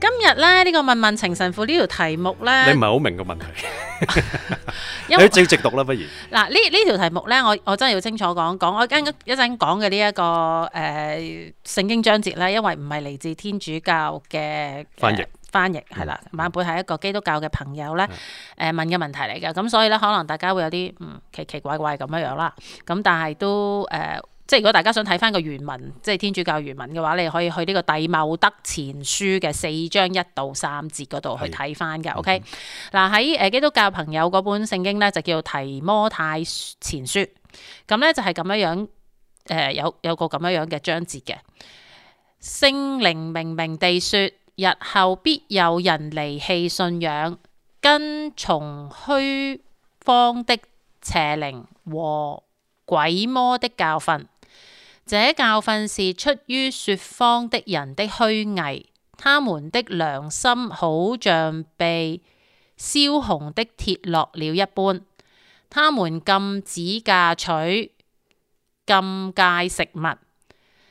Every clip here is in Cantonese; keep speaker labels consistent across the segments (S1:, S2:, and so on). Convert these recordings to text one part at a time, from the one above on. S1: 今日咧呢個問問情神父呢條題目咧，
S2: 你唔係好明個問題，
S1: 因
S2: 你直接讀啦，不如。
S1: 嗱呢呢條題目咧，我我真係要清楚講講。我一陣一陣講嘅呢一個誒、呃、聖經章節咧，因為唔係嚟自天主教嘅、呃
S2: 翻譯嗯
S1: 翻譯係啦，晚輩係一個基督教嘅朋友咧誒、呃、問嘅問題嚟嘅，咁所以咧可能大家會有啲嗯奇奇怪怪咁樣樣啦。咁但係都誒、呃即係如果大家想睇翻個原文，即係天主教原文嘅話，你可以去呢個弟茂德前書嘅四章一到三節嗰度去
S2: 係
S1: 睇翻嘅。OK，嗱喺呃誒基督教朋友嗰本聖經咧就叫提摩太前書，咁咧就係咁樣樣誒、呃有有個咁樣樣嘅章節嘅。聖靈明明地說：日後必有人離棄信仰，跟從虛方的邪靈和鬼魔的教訓。這教訓是出於說謊的人的虛偽，他們的良心好像被燒紅的鐵落了一般。他們禁止嫁娶，禁戒食物。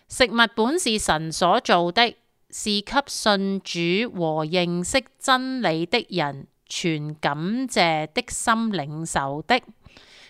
S1: 食物本是神所造的，是給信主和認識真理的人存感謝的心領受的。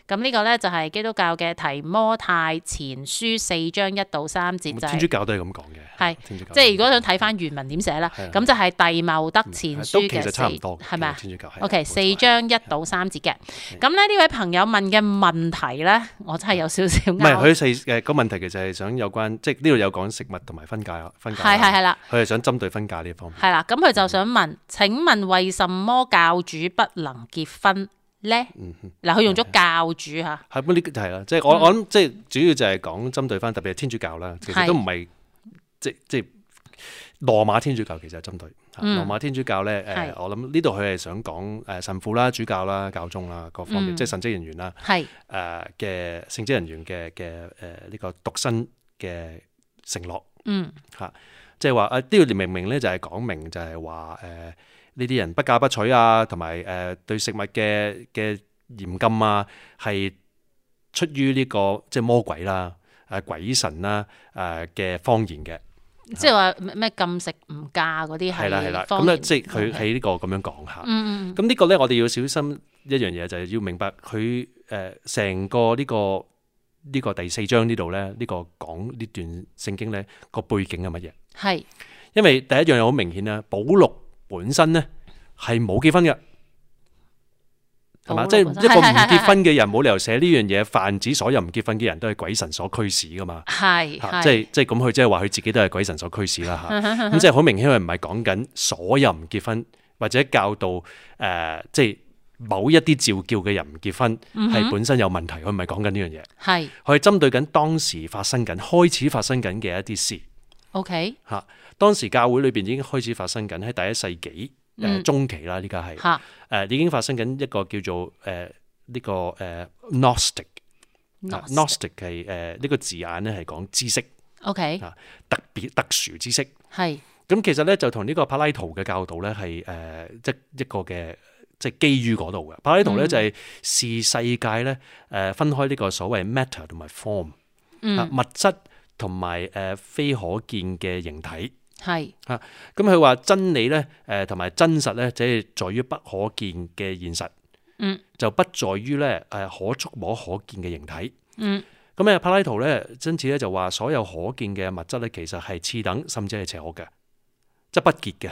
S1: 咁呢個呢，就係基督教嘅提摩太前書四章一到三節就
S2: 天
S1: 係、
S2: 主教都係咁講嘅。
S1: 係
S2: 天主教
S1: 即係如果想睇翻原文點寫啦，
S2: 係啊
S1: 咁就係弟茂德
S2: 嗯
S1: 前書
S2: 都
S1: 嘅
S2: 其實差唔
S1: 四
S2: 多嘅，
S1: 係咪啊？
S2: 天主教係
S1: O.K.
S2: 冇錯
S1: 四章一到三節嘅，咁咧呢位朋友問嘅問題咧，我真係有少少
S2: 唔係
S1: 拗，
S2: 佢四誒個問題其實係想有關，即係呢度有講食物同埋分界分界。
S1: 係係係啦，
S2: 佢係想針對分界呢一方面。
S1: 係啦，咁佢就想問：請問為什麼教主不能結婚咧？
S2: 嗯哼，
S1: 嗱，佢用咗教主嚇，
S2: 係咁呢個就係啦，即
S1: 嗯
S2: 係我我諗即係主要就係講針對翻特別係天主教啦，其
S1: 係
S2: 實都唔係即即羅馬天主教其實係針對嚇
S1: 嗯
S2: 羅馬天主教咧誒
S1: 係，
S2: 我諗呢度佢係想講誒神父啦、主教啦、教宗啦各方面，
S1: 嗯
S2: 即係神職人員啦。
S1: 係
S2: 誒嘅聖職人員嘅嘅誒呢個獨身嘅承諾，
S1: 嗯
S2: 即係話誒呢個明明咧就係講明就係話誒呢啲人不嫁不娶啊，同埋誒對食物嘅嘅嚴禁啊，係出於呢、個即係魔鬼啦、誒、鬼神啦、誒嘅謊言嘅，
S1: 即係話咩咩禁食唔嫁嗰啲
S2: 係啦係啦，
S1: 係
S2: 咁
S1: 方
S2: 咧
S1: 言，
S2: 即係佢
S1: OK
S2: 喺呢個咁樣講下。
S1: 嗯嗯
S2: 咁呢個咧，我哋要小心一樣嘢，就係、要明白佢誒成個呢、個呢、個第四章呢度咧，呢、個講呢段聖經咧個背景係乜嘢？
S1: 係
S2: 因為第一樣嘢好明顯啦，保祿本身咧係冇結婚嘅，
S1: 保祿本身
S2: 係嘛？即係一個唔
S1: 係係係
S2: 結婚嘅人，冇理由寫呢樣嘢，泛指所有唔結婚嘅人都係鬼神所驅使噶嘛？
S1: 係
S2: 嚇
S1: 係，
S2: 即係即係咁，佢即係話佢自己都係鬼神所驅使啦 嚇。咁即係好明顯，佢唔係講緊所有唔結婚或者教導誒、呃即係某一啲召叫嘅人唔結婚
S1: 嗯
S2: 係本身有問題，佢唔係講緊呢樣嘢，
S1: 係
S2: 佢係針對緊當時發生緊、開始發生緊嘅一啲事
S1: OK
S2: 嚇。當時教會裏邊已經開始發生緊喺第一世紀誒、呃中期啦，呢家係啊
S1: 嚇
S2: 誒已經發生緊一個叫做誒呢、個誒、呃 Gnostic 啊 Gnostic 係誒呢個字眼咧係講知識。
S1: OK
S2: 啊特別特殊知識。
S1: 係
S2: 咁其實咧就同呢個柏拉圖嘅教導咧係誒呃即一個嘅即係基於嗰度嘅。柏拉圖咧就係視世界咧誒分開呢個所謂 matter 同埋 form 啊
S1: 嗯
S2: 物質同埋誒非可見嘅形體。
S1: 係
S2: 咁佢話真理咧誒同埋真實咧，即係在於不可見嘅現實。
S1: 嗯，
S2: 就不在於咧誒可觸摸可見嘅形體。
S1: 嗯
S2: 咁咧，柏拉圖咧，因此咧就話所有可見嘅物質咧，其實係次等，甚至係邪惡嘅，即係不潔嘅，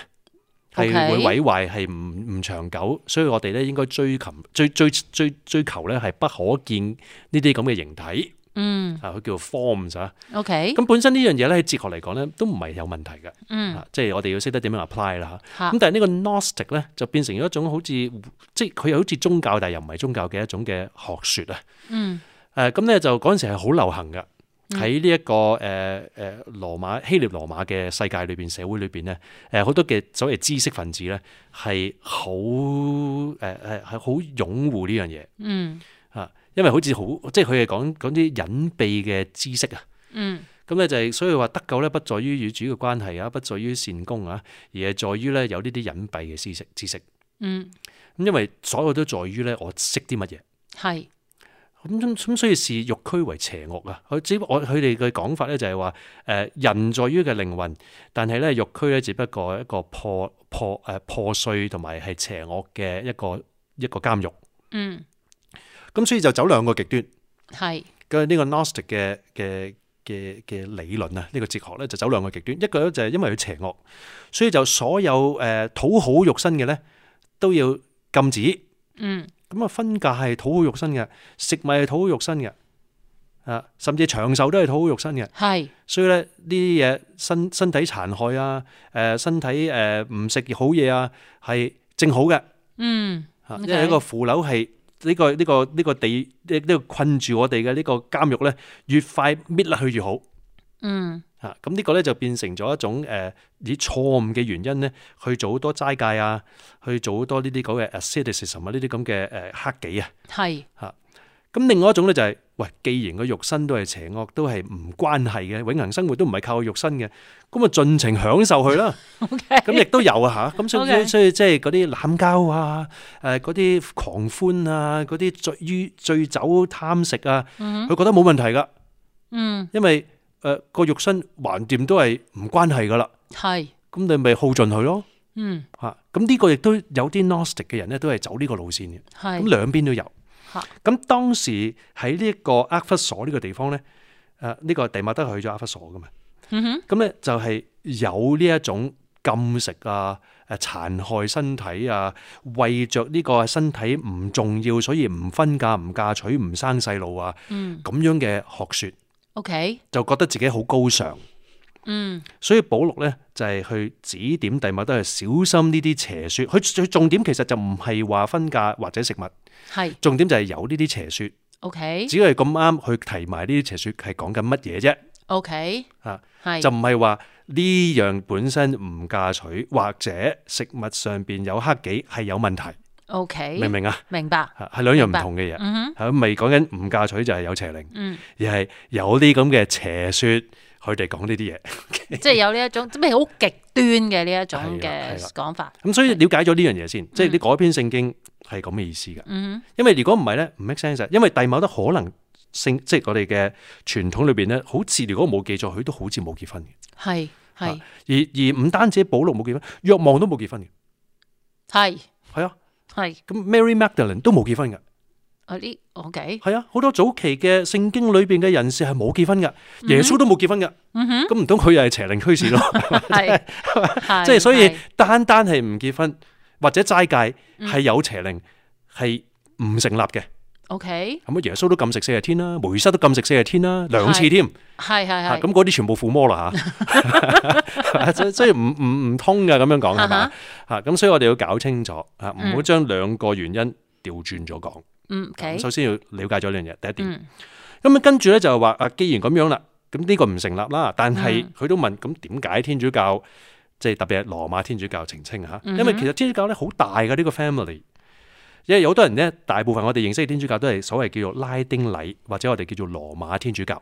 S2: 係
S1: OK
S2: 會毀壞，係唔唔長久。所以我哋咧應該追求追追追追求咧係不可見呢啲咁嘅形體
S1: 嗯
S2: 啊，佢叫 forms 啊。
S1: OK
S2: 咁本身呢樣嘢咧喺哲學嚟講咧都唔係有問題嘅，
S1: 嗯
S2: 啊即係我哋要識得點樣 apply 啦嚇。
S1: 嚇
S2: 咁但係呢個 Gnostic 咧就變成咗一種好似即係佢又好似宗教，但係又唔係宗教嘅一種嘅學説啊。
S1: 嗯
S2: 誒咁咧就嗰陣時係好流行嘅，喺呢一個誒誒羅馬希臘羅馬嘅世界裏邊社會裏邊咧，誒、好多嘅所謂知識分子咧係好誒誒係好擁護呢樣嘢
S1: 嗯
S2: 嚇，因為好似好即係佢係講講啲隱秘嘅知識啊。
S1: 嗯
S2: 咁咧就係所以話得救咧，不在於與主嘅關係啊，不在於善功啊，而係在於咧有呢啲隱蔽嘅知識知識。
S1: 嗯，
S2: 咁因為所有都在於咧我識啲乜嘢。
S1: 係
S2: 咁咁咁，所以視欲區為邪惡啊！佢只不我佢哋嘅講法咧就係話，誒、呃人在於嘅靈魂，但係咧欲區咧只不過一個破破誒、呃破碎同埋係邪惡嘅一個一個監獄。
S1: 嗯
S2: 咁所以就走兩個極端。
S1: 係
S2: 嘅呢個 Gnostic 嘅嘅嘅嘅理論啊，呢、個哲學咧就走兩個極端，一個咧就係因為佢邪惡，所以就所有誒、呃討好肉身嘅咧都要禁止。
S1: 嗯
S2: 咁啊，婚嫁係討好肉身嘅，食物係討好肉身嘅，啊，甚至長壽都係討好肉身嘅。
S1: 係
S2: 所以咧呢啲嘢身身體殘害啊，誒、身體誒唔食好嘢啊，係正好嘅。
S1: 嗯
S2: 嚇
S1: OK
S2: 因為一個腐朽係呢個呢、個呢、個地呢、呢個困住我哋嘅呢個監獄咧，越快搣甩佢越好
S1: 嗯
S2: 嚇。咁呢個咧就變成咗一種誒、呃以錯誤嘅原因咧去做好多齋戒啊，去做好多呢啲咁嘅 asceticism 啊，呢啲咁嘅誒克己啊。
S1: 係
S2: 咁另外一種咧就係、喂，既然個肉身都係邪惡，都係唔關係嘅，永恆生活都唔係靠個肉身嘅，咁啊盡情享受佢啦。
S1: OK
S2: 咁亦都有啊吓，咁所以
S1: OK
S2: 所以即係嗰啲濫交啊，誒嗰啲狂歡啊，嗰啲醉於醉酒貪食啊，佢覺得冇問題噶，
S1: 嗯
S2: 因為誒個肉身橫掂都係唔關係噶啦，
S1: 係
S2: 咁你咪耗盡佢咯
S1: 嗯
S2: 嚇。咁呢個亦都有啲 Gnostic 嘅人咧，都係走呢個路線嘅，咁
S1: 係
S2: 兩邊都有。
S1: 嚇
S2: 咁當時喺呢一個厄弗所呢個地方咧，誒呢個地馬德去咗厄弗所噶嘛。
S1: 嗯哼
S2: 咁咧就係有呢一種禁食啊、誒殘害身體啊，為着呢個身體唔重要，所以唔婚嫁、唔嫁娶、唔生細路啊，
S1: 嗯
S2: 咁樣嘅學說，
S1: OK
S2: 就覺得自己好高尚。
S1: 嗯
S2: 所以保祿咧就係、去指點弟物都係小心呢啲邪說。佢佢重點其實就唔係話婚嫁或者食物，
S1: 係
S2: 重點就係有呢啲邪說。
S1: OK
S2: 只係咁啱佢提埋呢啲邪說係講緊乜嘢啫。
S1: OK
S2: 啊
S1: 係
S2: 就唔係話呢樣本身唔嫁娶或者食物上邊有黑幾係有問題，
S1: OK
S2: 明唔明啊？
S1: 明白
S2: 係係兩樣唔同嘅嘢，
S1: 嗯哼
S2: 係咪講緊唔嫁娶就係有邪靈，
S1: 嗯
S2: 而係有啲咁嘅邪説，佢哋講呢啲嘢。
S1: 即係有呢一種即係好極端嘅呢一種
S2: 係啦
S1: 嘅
S2: 係啦
S1: 講法
S2: 咁所以了解咗呢樣嘢先，即係你改篇聖經係咁嘅意思㗎。
S1: 嗯
S2: 因為如果唔係咧，唔 make sense 啊。因為弟某得可能性，即係我哋嘅傳統裏邊咧，好似如果我冇記錯，佢都好似冇結婚嘅。
S1: 哼係係
S2: 而而唔單止保羅冇結婚，若望都冇結婚嘅，
S1: 係
S2: 係啊。
S1: 係
S2: 咁 Mary Magdalene 都冇結婚㗎。
S1: 啊呢 OK
S2: 係啊，好多早期嘅聖經裏邊嘅人士係冇結婚噶，耶穌都冇結婚噶，
S1: 嗯哼
S2: 咁唔通佢又係邪靈驅使咯？
S1: 係係
S2: 即係所以
S1: 係
S2: 單單係唔結婚或者齋戒係有邪靈係唔成立嘅。
S1: OK
S2: 咁啊，耶穌都禁食四十天啦，梅瑟都禁食四十天啦，兩次添。
S1: 係係
S2: 啊
S1: 係
S2: 咁嗰啲全部附魔啦 嚇，所以所以唔唔唔通噶咁樣講係
S1: 啊
S2: 嘛？嚇咁所以我哋要搞清楚啊，唔好將兩個原因調轉咗講。
S1: 嗯
S2: 咁
S1: Ừ, OK
S2: 首先要了解咗呢樣嘢，第一點。
S1: 嗯
S2: 咁跟住咧就係話啊，既然咁樣啦，咁呢個唔成立啦。但係佢都問，咁點解天主教即係特別係羅馬天主教澄清嚇？因為其實天主教咧好大嘅呢個 family，因為有好多人咧，大部分我哋認識嘅天主教都係所謂叫做拉丁禮或者我哋叫做羅馬天主教。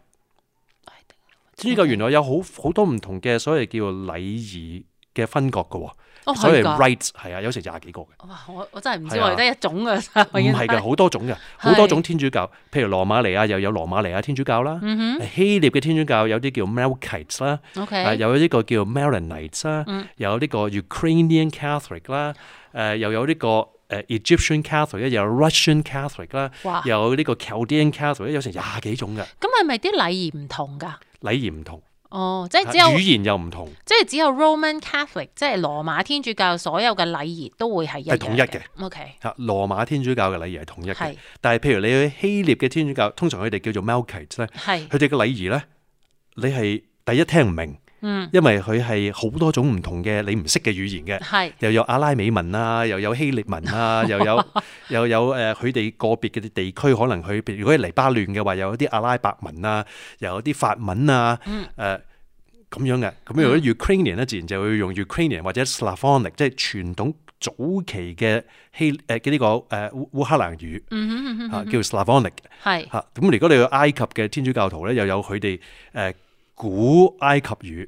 S2: 天主教原來有好好多唔同嘅所謂叫做禮儀嘅分割嘅
S1: 哦
S2: 喎，所謂
S1: 係㗎
S2: rites 係啊，有成廿幾個嘅。
S1: 哇我我真係唔知
S2: 係啊
S1: 我哋得一種㗎咋
S2: 唔係嘅，好多種嘅，好多種天主教，譬如羅馬尼亞又有羅馬尼亞天主教啦，
S1: Ừ 嗯
S2: 希臘嘅天主教有啲叫 Melkites 啦，啊
S1: OK
S2: 有呢個叫 Maronites 啦，
S1: 嗯
S2: 有呢個 Ukrainian Catholic 啦，誒又有呢個誒 Egyptian Catholic 啦，又有 Russian Catholic 啦，
S1: 哇
S2: 又有呢個 Chaldean Catholic 啦，有成廿幾種嘅
S1: 咁係咪啲禮儀唔同㗎？
S2: 禮儀唔同，
S1: 哦，即係只有
S2: 語言又唔同，
S1: 即係只有 Roman Catholic，即係羅馬天主教所有嘅禮儀都會係一樣
S2: 係統一嘅。
S1: OK，
S2: 嚇羅馬天主教嘅禮儀係統一嘅
S1: 係，
S2: 但係譬如你去希臘嘅天主教，通常佢哋叫做 Melkites 咧，
S1: 係
S2: 佢哋嘅禮儀咧，你係第一聽唔明。
S1: 嗯，
S2: 因為佢係好多種唔同嘅你唔識嘅語言嘅，
S1: 係
S2: 又有阿拉美文啊，又有希臘文 啊，又有又有誒佢哋個別嘅地區可能佢譬如如果係黎巴嫩嘅話，又有啲阿拉伯文啊，又有啲法文啊，
S1: 嗯
S2: 誒、咁樣嘅。咁如果 Ukrainian 咧，自然就會用 Ukrainian 或者 Slavonic，即係傳統早期嘅希誒嘅呢個誒烏烏克蘭語
S1: 嗯
S2: 嚇、叫 Slavonic。
S1: 係
S2: 嚇。咁如果你去埃及嘅天主教徒咧，又有佢哋誒古埃及語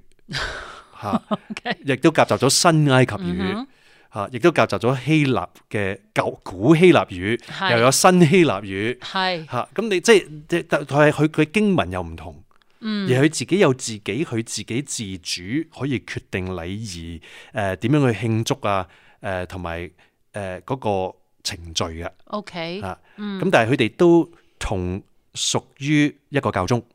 S2: 嚇，
S1: OK
S2: 亦都夾雜咗新埃及語嚇，亦都夾雜咗希臘嘅舊古希臘語，
S1: 係
S2: 又有新希臘語
S1: 係
S2: 嚇。咁你即係即係佢係佢佢經文又唔同。而佢自己有自己，佢自己自主可以決定禮儀，誒、點樣去慶祝啊，誒同埋誒嗰個程序嘅。
S1: OK
S2: 啊，
S1: 嗯
S2: 咁但係佢哋都同屬於一個教宗，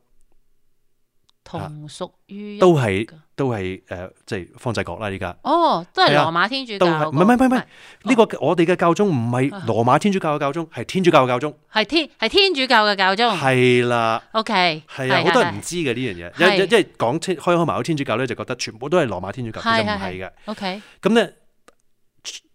S1: 同屬於一
S2: 都係
S1: 個
S2: 都係誒，即係方濟各啦，依家
S1: 哦，都係
S2: 係啊
S1: 羅馬天主
S2: 都
S1: 教
S2: 係
S1: 嗰
S2: 唔
S1: 個，
S2: 係唔係唔係唔係
S1: 係
S2: 呢個我哋嘅教宗唔
S1: 啊
S2: 係羅馬天主教嘅教宗，係天主教嘅教宗，
S1: 係天係天主教嘅教宗
S2: 係啦。
S1: ，OK
S2: 係啊，好多人唔知嘅呢樣嘢，
S1: 係
S2: 因因因為講天開開埋口天主教咧，就覺得全部都係羅馬天主教，其實
S1: 係
S2: 唔
S1: 係
S2: 係嘅。
S1: OK
S2: 咁咧，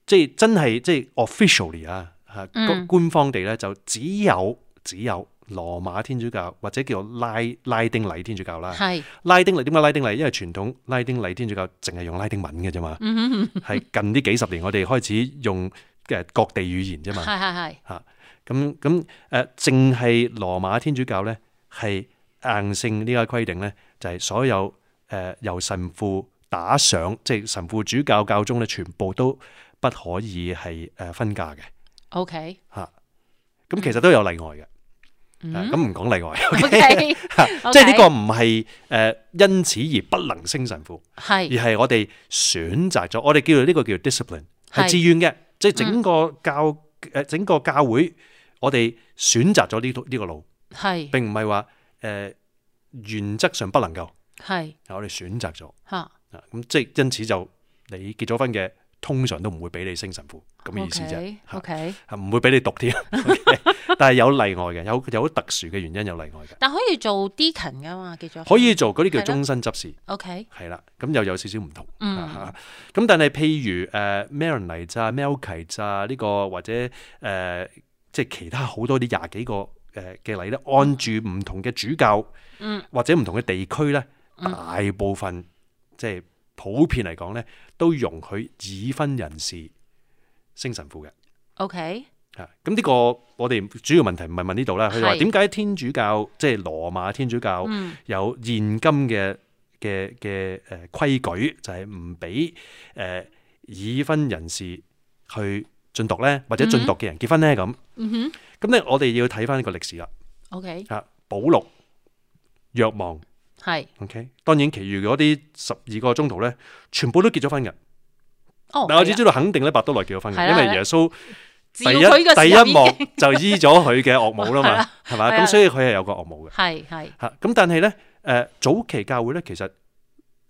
S2: 即係真係即係 officially 啊，嚇
S1: 嗯
S2: 官方地咧就只有只有羅馬天主教或者叫拉拉丁禮天主教啦。
S1: 係
S2: 拉丁禮點解拉丁禮？因為傳統拉丁禮天主教淨係用拉丁文嘅啫嘛，係近呢幾十年我哋開始用嘅各地語言啫
S1: 係
S2: 嘛。
S1: 係係
S2: 咁咁誒，淨係羅馬天主教咧係硬性呢個規定咧，就係、所有誒、呃由神父打上，即係神父主教教宗咧，全部都不可以係誒分家嘅
S1: OK
S2: 嚇。咁其實都有例外嘅，啊
S1: 嗯
S2: 咁唔講例外，
S1: OK
S2: 即係呢個唔係誒因此而不能升神父。
S1: 係
S2: 而係我哋選擇咗，我哋叫做呢個叫 discipline，係
S1: 係嗯
S2: 自願嘅，即係整個教誒、整個教會，我哋選擇咗呢度呢個路，
S1: 係
S2: 並唔係話誒原則上不能夠，
S1: 係
S2: 係我哋選擇咗
S1: 嚇
S2: 啊，咁即係因此就你結咗婚嘅，通常都唔會俾你升神父咁嘅意思啫
S1: OK，
S2: 嚇
S1: OK，
S2: 係唔會俾你讀添， 但係有例外嘅，有有特殊嘅原因有例外嘅，
S1: 但可以做 deacon 噶嘛，記咗
S2: 可以做嗰啲叫
S1: 係咯
S2: 終身執事。
S1: OK
S2: 係啦，咁又有少少唔同。
S1: 嗯
S2: 啊咁、但係譬如誒、呃 Maron 尼咋、Melky 咋呢個或者誒、呃即係其他好多啲廿幾個誒嘅禮咧，按住唔同嘅主教，
S1: 嗯
S2: 或者唔同嘅地區咧，大部分即係普遍嚟講咧，都容許已婚人士升神父嘅。
S1: OK
S2: 啊咁呢個我哋主要問題唔係問呢度啦，佢就話
S1: 係
S2: 點解天主教即係羅馬天主教
S1: 嗯
S2: 有現今嘅嘅嘅誒規矩，就係唔俾誒已婚人士去進讀咧，或者進讀嘅人結婚咧咁。
S1: 嗯哼
S2: 咁咧，我哋要睇翻呢個歷史啦。
S1: OK
S2: 啊，保祿、若望
S1: 係
S2: ，OK，當然其餘嗰啲十二個宗徒咧，全部都結咗婚嘅。
S1: 哦，
S2: 但我只
S1: 係啊
S2: 知道肯定咧，伯多祿結咗婚
S1: 係
S2: 嘅，
S1: 啦
S2: 因為
S1: 係啦
S2: 耶穌。
S1: 啊照
S2: 第一
S1: 佢個
S2: 第
S1: 時候
S2: 一
S1: 已
S2: 幕
S1: 經
S2: 就醫咗佢嘅惡母啦嘛，係 嘛？
S1: 係啊
S2: 咁所以佢係有個惡母嘅
S1: 係係
S2: 嚇。咁但係咧，誒早期教會咧，其實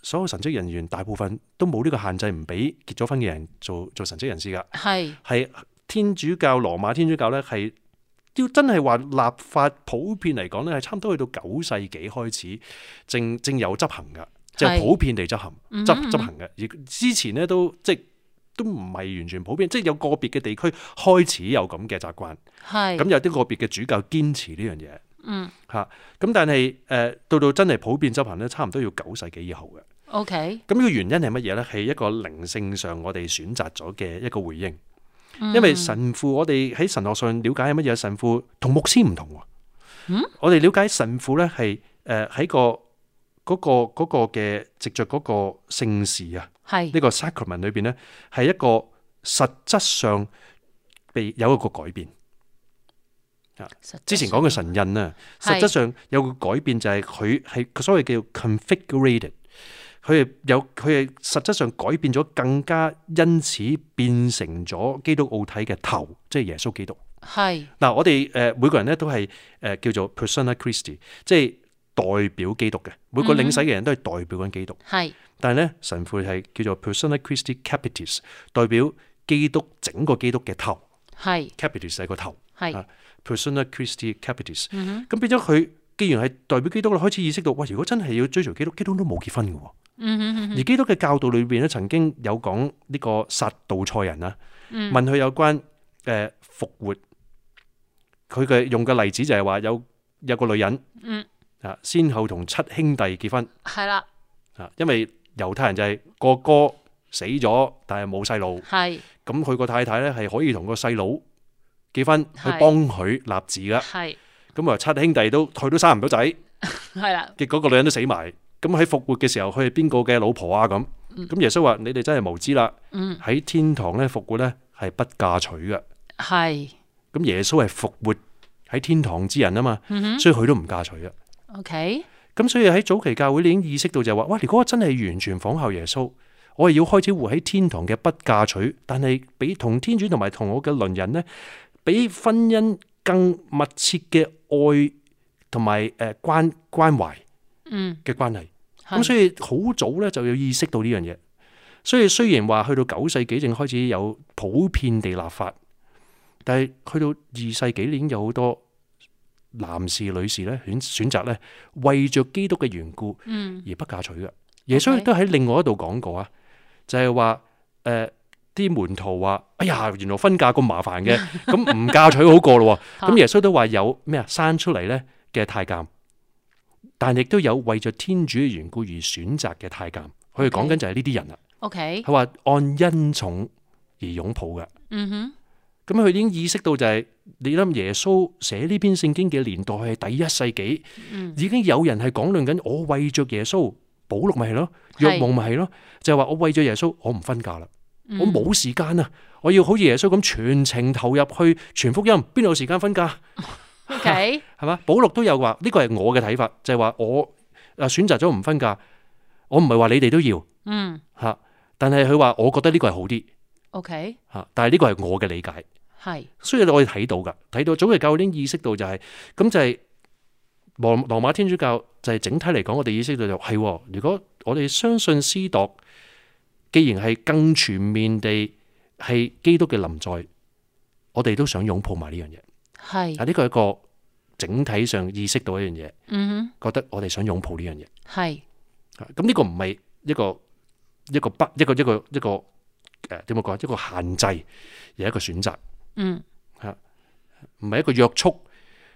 S2: 所有神職人員大部分都冇呢個限制，唔俾結咗婚嘅人做做神職人士噶。
S1: 係
S2: 係天主教羅馬天主教咧，係要真係話立法普遍嚟講咧，係差唔多去到九世紀開始正正有執行噶，即係
S1: 係
S2: 普遍地執行
S1: 嗯
S2: 執
S1: 哼
S2: 執行嘅。而之前咧都即係都唔係完全普遍，即係有個別嘅地區開始有咁嘅習慣。
S1: 係
S2: 咁有啲個別嘅主教堅持呢樣嘢
S1: 嗯
S2: 嚇，咁但係誒、呃到到真係普遍執行咧，差唔多要九世紀以後嘅。
S1: OK
S2: 咁呢個原因係乜嘢咧？係一個靈性上我哋選擇咗嘅一個回應，因為神父我哋喺神學上了解係乜嘢？神父同牧師唔同喎。我哋了解神父咧係誒喺個嗰、個嗰個嘅藉着嗰個聖事啊，呢、
S1: 係
S2: 個 sacrament 裏邊咧係一個實質上被有一個改變。之前講嘅神印啊，實
S1: 係
S2: 質上有個改變就係佢係佢所謂叫 configurated，佢係有佢係實質上改變咗，更加因此變成咗基督奧體嘅頭，即係耶穌基督。
S1: 係
S2: 嗱，我哋誒每個人咧都係誒叫做 persona Christi，即係代表基督嘅，每個領洗嘅人都係代表緊基督。
S1: 係
S2: 但係咧，神父係叫做 persona Christi capitis，代表基督整個基督嘅頭
S1: 係
S2: ，capitis 係個頭。
S1: 係
S2: 啊 persona Christi capitis，咁、變咗佢既然係代表基督啦，開始意識到，喂，如果真係要追隨基督，基督都冇結婚嘅喎，
S1: 嗯
S2: 而基督嘅教導裏邊咧，曾經有講呢個撒杜塞人啊，問佢有關誒、呃、復活，佢嘅用嘅例子就係話有有個女人，
S1: 嗯
S2: 啊，先後同七兄弟結婚
S1: 系啦，
S2: 啊，因為猶太人就係個哥死咗，但係冇細路，
S1: 系
S2: 咁佢個太太咧係可以同個細佬結婚，去
S1: 係
S2: 幫佢立字噶，
S1: 系
S2: 咁啊七兄弟都佢都生唔到仔。
S1: 系啦，
S2: 結果個女人都死埋。咁喺復活嘅時候，佢係邊個嘅老婆啊？咁咁耶穌話：你哋真係無知啦！
S1: 嗯
S2: 喺天堂咧復活咧係不嫁娶嘅。
S1: 系
S2: 咁耶穌係復活喺天堂之人啊嘛，所以佢都唔嫁娶啊嘅。
S1: ，OK，
S2: 咁所以喺早期教會，你已經意識到就係話：哇！如果我真係完全仿效耶穌，我係要開始活喺天堂嘅不嫁娶，但係比同天主同埋同我嘅鄰人呢，比婚姻更密切嘅愛同埋誒關關懷
S1: 嗯，
S2: 嘅關係。咁
S1: 係
S2: 所以好早咧就要意識到呢樣嘢。所以雖然話去到九世紀正開始有普遍地立法，但係去到二世紀已經有好多男士女士咧選選擇咧為着基督嘅緣故
S1: 嗯
S2: 而不嫁娶嘅。耶穌亦都喺另外一度講過啊，就係話誒啲門徒話：哎呀，原來婚嫁咁麻煩嘅，咁唔嫁娶好過咯喎。咁耶穌都話有咩啊生出嚟咧嘅太監，但亦都有為咗天主嘅緣故而選擇嘅太監。佢哋講緊就係呢啲人啦。
S1: ，OK，
S2: 佢話按恩寵而擁抱嘅。
S1: 嗯哼，
S2: 咁佢已經意識到就係、你諗耶穌寫呢篇聖經嘅年代係第一世紀，
S1: 嗯
S2: 已經有人係講論緊我為着耶穌，保祿咪係咯，若
S1: 係
S2: 望咪係咯，就係、話我為着耶穌，我唔分嫁啦，
S1: 嗯
S2: 我冇時間啊，我要好似耶穌咁全程投入去傳福音，邊度有時間分嫁？啊
S1: ，OK，
S2: 係嘛？保祿都有話呢個係我嘅睇法，就係、話我啊選擇咗唔分嫁，我唔係話你哋都要
S1: 嗯
S2: 嚇，但係佢話我覺得呢個係好啲
S1: ，OK，
S2: 嚇，但係呢個係我嘅理解。
S1: 系，
S2: 所以我哋睇到噶，睇到早期教會已經意識到就係、咁就係、羅羅馬天主教就係整體嚟講，我哋意識到就係、喎如果我哋相信司鐸，既然係更全面地係基督嘅臨在，我哋都想擁抱埋呢樣嘢。
S1: 系
S2: 啊，，呢個係一個整體上意識到一樣嘢，
S1: 嗯
S2: 覺得我哋想擁抱呢樣嘢。
S1: 哼，系，
S2: 啊咁呢個唔係一個一個不一個一個一個誒點講？啊一個限制，而係一個選擇。
S1: 嗯
S2: 唔係一個約束，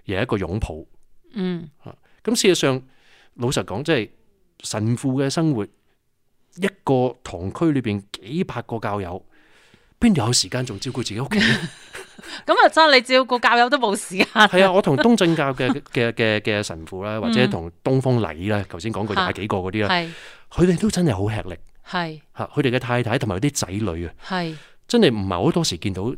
S2: 而係一個擁抱。
S1: 嗯，
S2: 咁事實上，老實講，即係神父嘅生活，一個堂區裏邊幾百個教友，邊度有時間仲照顧自己屋企？
S1: 咁啊真係你照顧教友都冇時間，
S2: 係啊，我同東正教嘅嘅嘅嘅神父啦，或者同東方禮啦，頭先講過廿幾個嗰啲啦，
S1: 係
S2: 佢哋都真係好吃力
S1: 係
S2: 嚇，佢哋嘅太太同埋佢啲仔女啊，
S1: 係
S2: 真係唔係好多時見到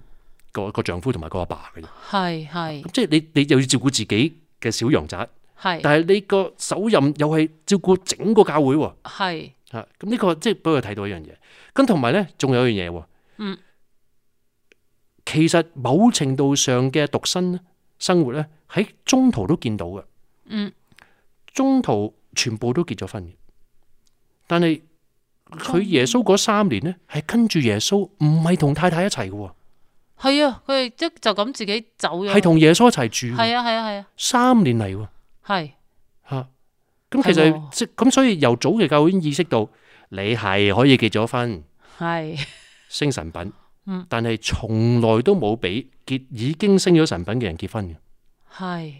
S2: 個個丈夫同埋個阿爸嘅啫。
S1: 係係
S2: 咁即係你你又要照顧自己嘅小羊仔。
S1: 係
S2: 但係你個首任又係照顧整個教會喎，
S1: 係
S2: 嚇咁呢個即係俾我睇到一樣嘢。咁同埋咧，仲有一樣嘢喎，
S1: 嗯，
S2: 其實某程度上嘅獨身生活咧，喺中途都見到嘅，
S1: 嗯，
S2: 中途全部都結咗婚嘅，但係佢耶穌嗰三年咧，係跟住耶穌，唔係同太太一齊嘅喎，
S1: 係啊，佢哋即就咁自己走咗，
S2: 係同耶穌一齊住喎，
S1: 係啊係啊係啊
S2: 三年嚟喎。
S1: 係
S2: 吓，咁其
S1: 係
S2: 實
S1: 喎
S2: 即咁，所以由早嘅教會已經意識到你係可以結咗婚
S1: 係
S2: 升神品，
S1: 嗯
S2: 但係從來都冇俾結已經升咗神品嘅人結婚嘅。
S1: 係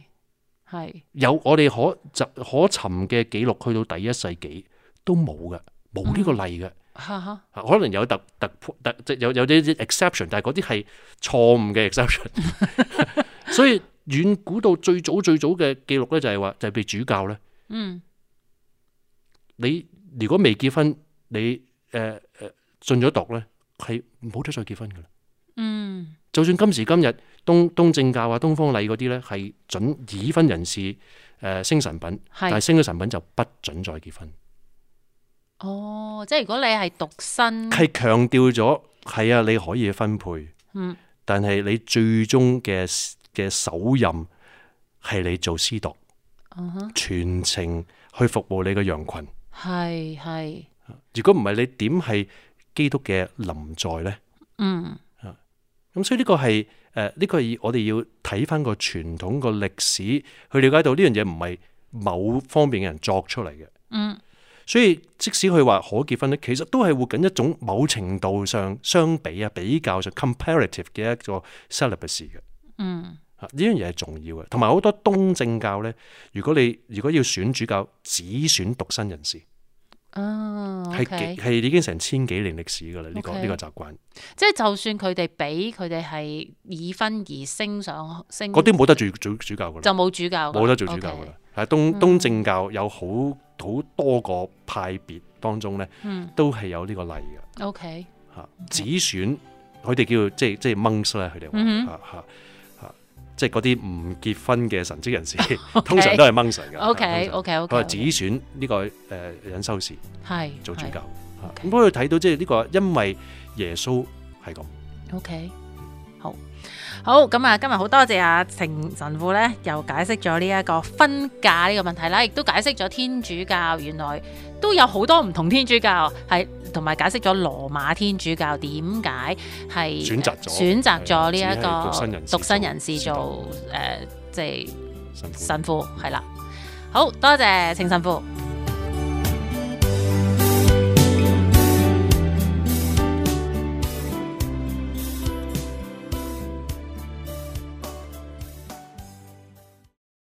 S1: 係
S2: 有我哋可就可尋嘅記錄，去到第一世紀都冇嘅，冇呢個例嘅。
S1: 哈哈。
S2: 啊可能有特特特即係有有啲 exception，但係嗰啲係錯誤嘅 exception。所以遠古到最早最早嘅記錄咧，就係話就係被主教咧。
S1: 嗯，
S2: 你如果未結婚，你誒誒進咗毒咧，係冇得再結婚噶啦。
S1: 嗯，
S2: 就算今時今日東東正教啊、東方禮嗰啲咧，係準已婚人士誒、呃升神品，但係
S1: 係
S2: 升咗神品就不準再結婚。
S1: 哦，即係如果你係獨身，
S2: 係強調咗係啊，你可以分配，
S1: 嗯，
S2: 但係你最終嘅嘅首任係你做司鐸，
S1: 嗯哼，
S2: 全程去服務你嘅羊群。
S1: 係係，
S2: 如果唔係，你點係基督嘅臨在咧？
S1: 嗯
S2: 咁所以呢個係誒呢個係我哋要睇翻個傳統個歷史，去了解到呢樣嘢唔係某方面嘅人作出嚟嘅。
S1: 嗯
S2: 所以即使佢話可結婚咧，其實都係活緊一種某程度上相比啊、比較上 comparative 嘅一個 celibacy 嘅。
S1: 嗯
S2: 啊呢樣嘢係重要嘅，同埋好多東正教咧，如果你如果要選主教，只選獨身人士，
S1: 啊
S2: 係
S1: ，OK，
S2: 極係已經成千幾年歷史㗎啦。呢、個
S1: OK
S2: 呢個習慣，
S1: 即係就算佢哋俾佢哋係已婚而升上升，
S2: 嗰啲冇得做主主教㗎啦，
S1: 就冇主教㗎，
S2: 冇得做主教㗎
S1: OK 嗯
S2: 啦。係啊東東正教有好好多個派別當中咧，
S1: 嗯
S2: 都係有呢個例嘅。
S1: OK，
S2: 嚇，子選佢哋叫即係即係 monks 咧，佢哋
S1: 嗯哼
S2: 話嚇嚇嚇，即係嗰啲唔結婚嘅神職 人士，通常都係 monks 嚟
S1: OK，
S2: 嘅。通常
S1: OK，OK，
S2: 佢話
S1: OK
S2: 子選呢個誒隱修士
S1: 係
S2: 做主教嚇
S1: OK
S2: 咁可以睇到即係呢個因為耶穌係咁，
S1: OK，好，好咁啊！今日好多謝阿程神父咧，又解釋咗呢一個婚嫁呢個問題啦，亦都解釋咗天主教原來都有好多唔同天主教係，同埋解釋咗羅馬天主教點解係呃
S2: 選擇咗
S1: 選擇咗呢一個
S2: 係獨身人士做
S1: 獨身人士做誒、呃即係
S2: 辛苦。
S1: 神父係啦。好多謝程神父。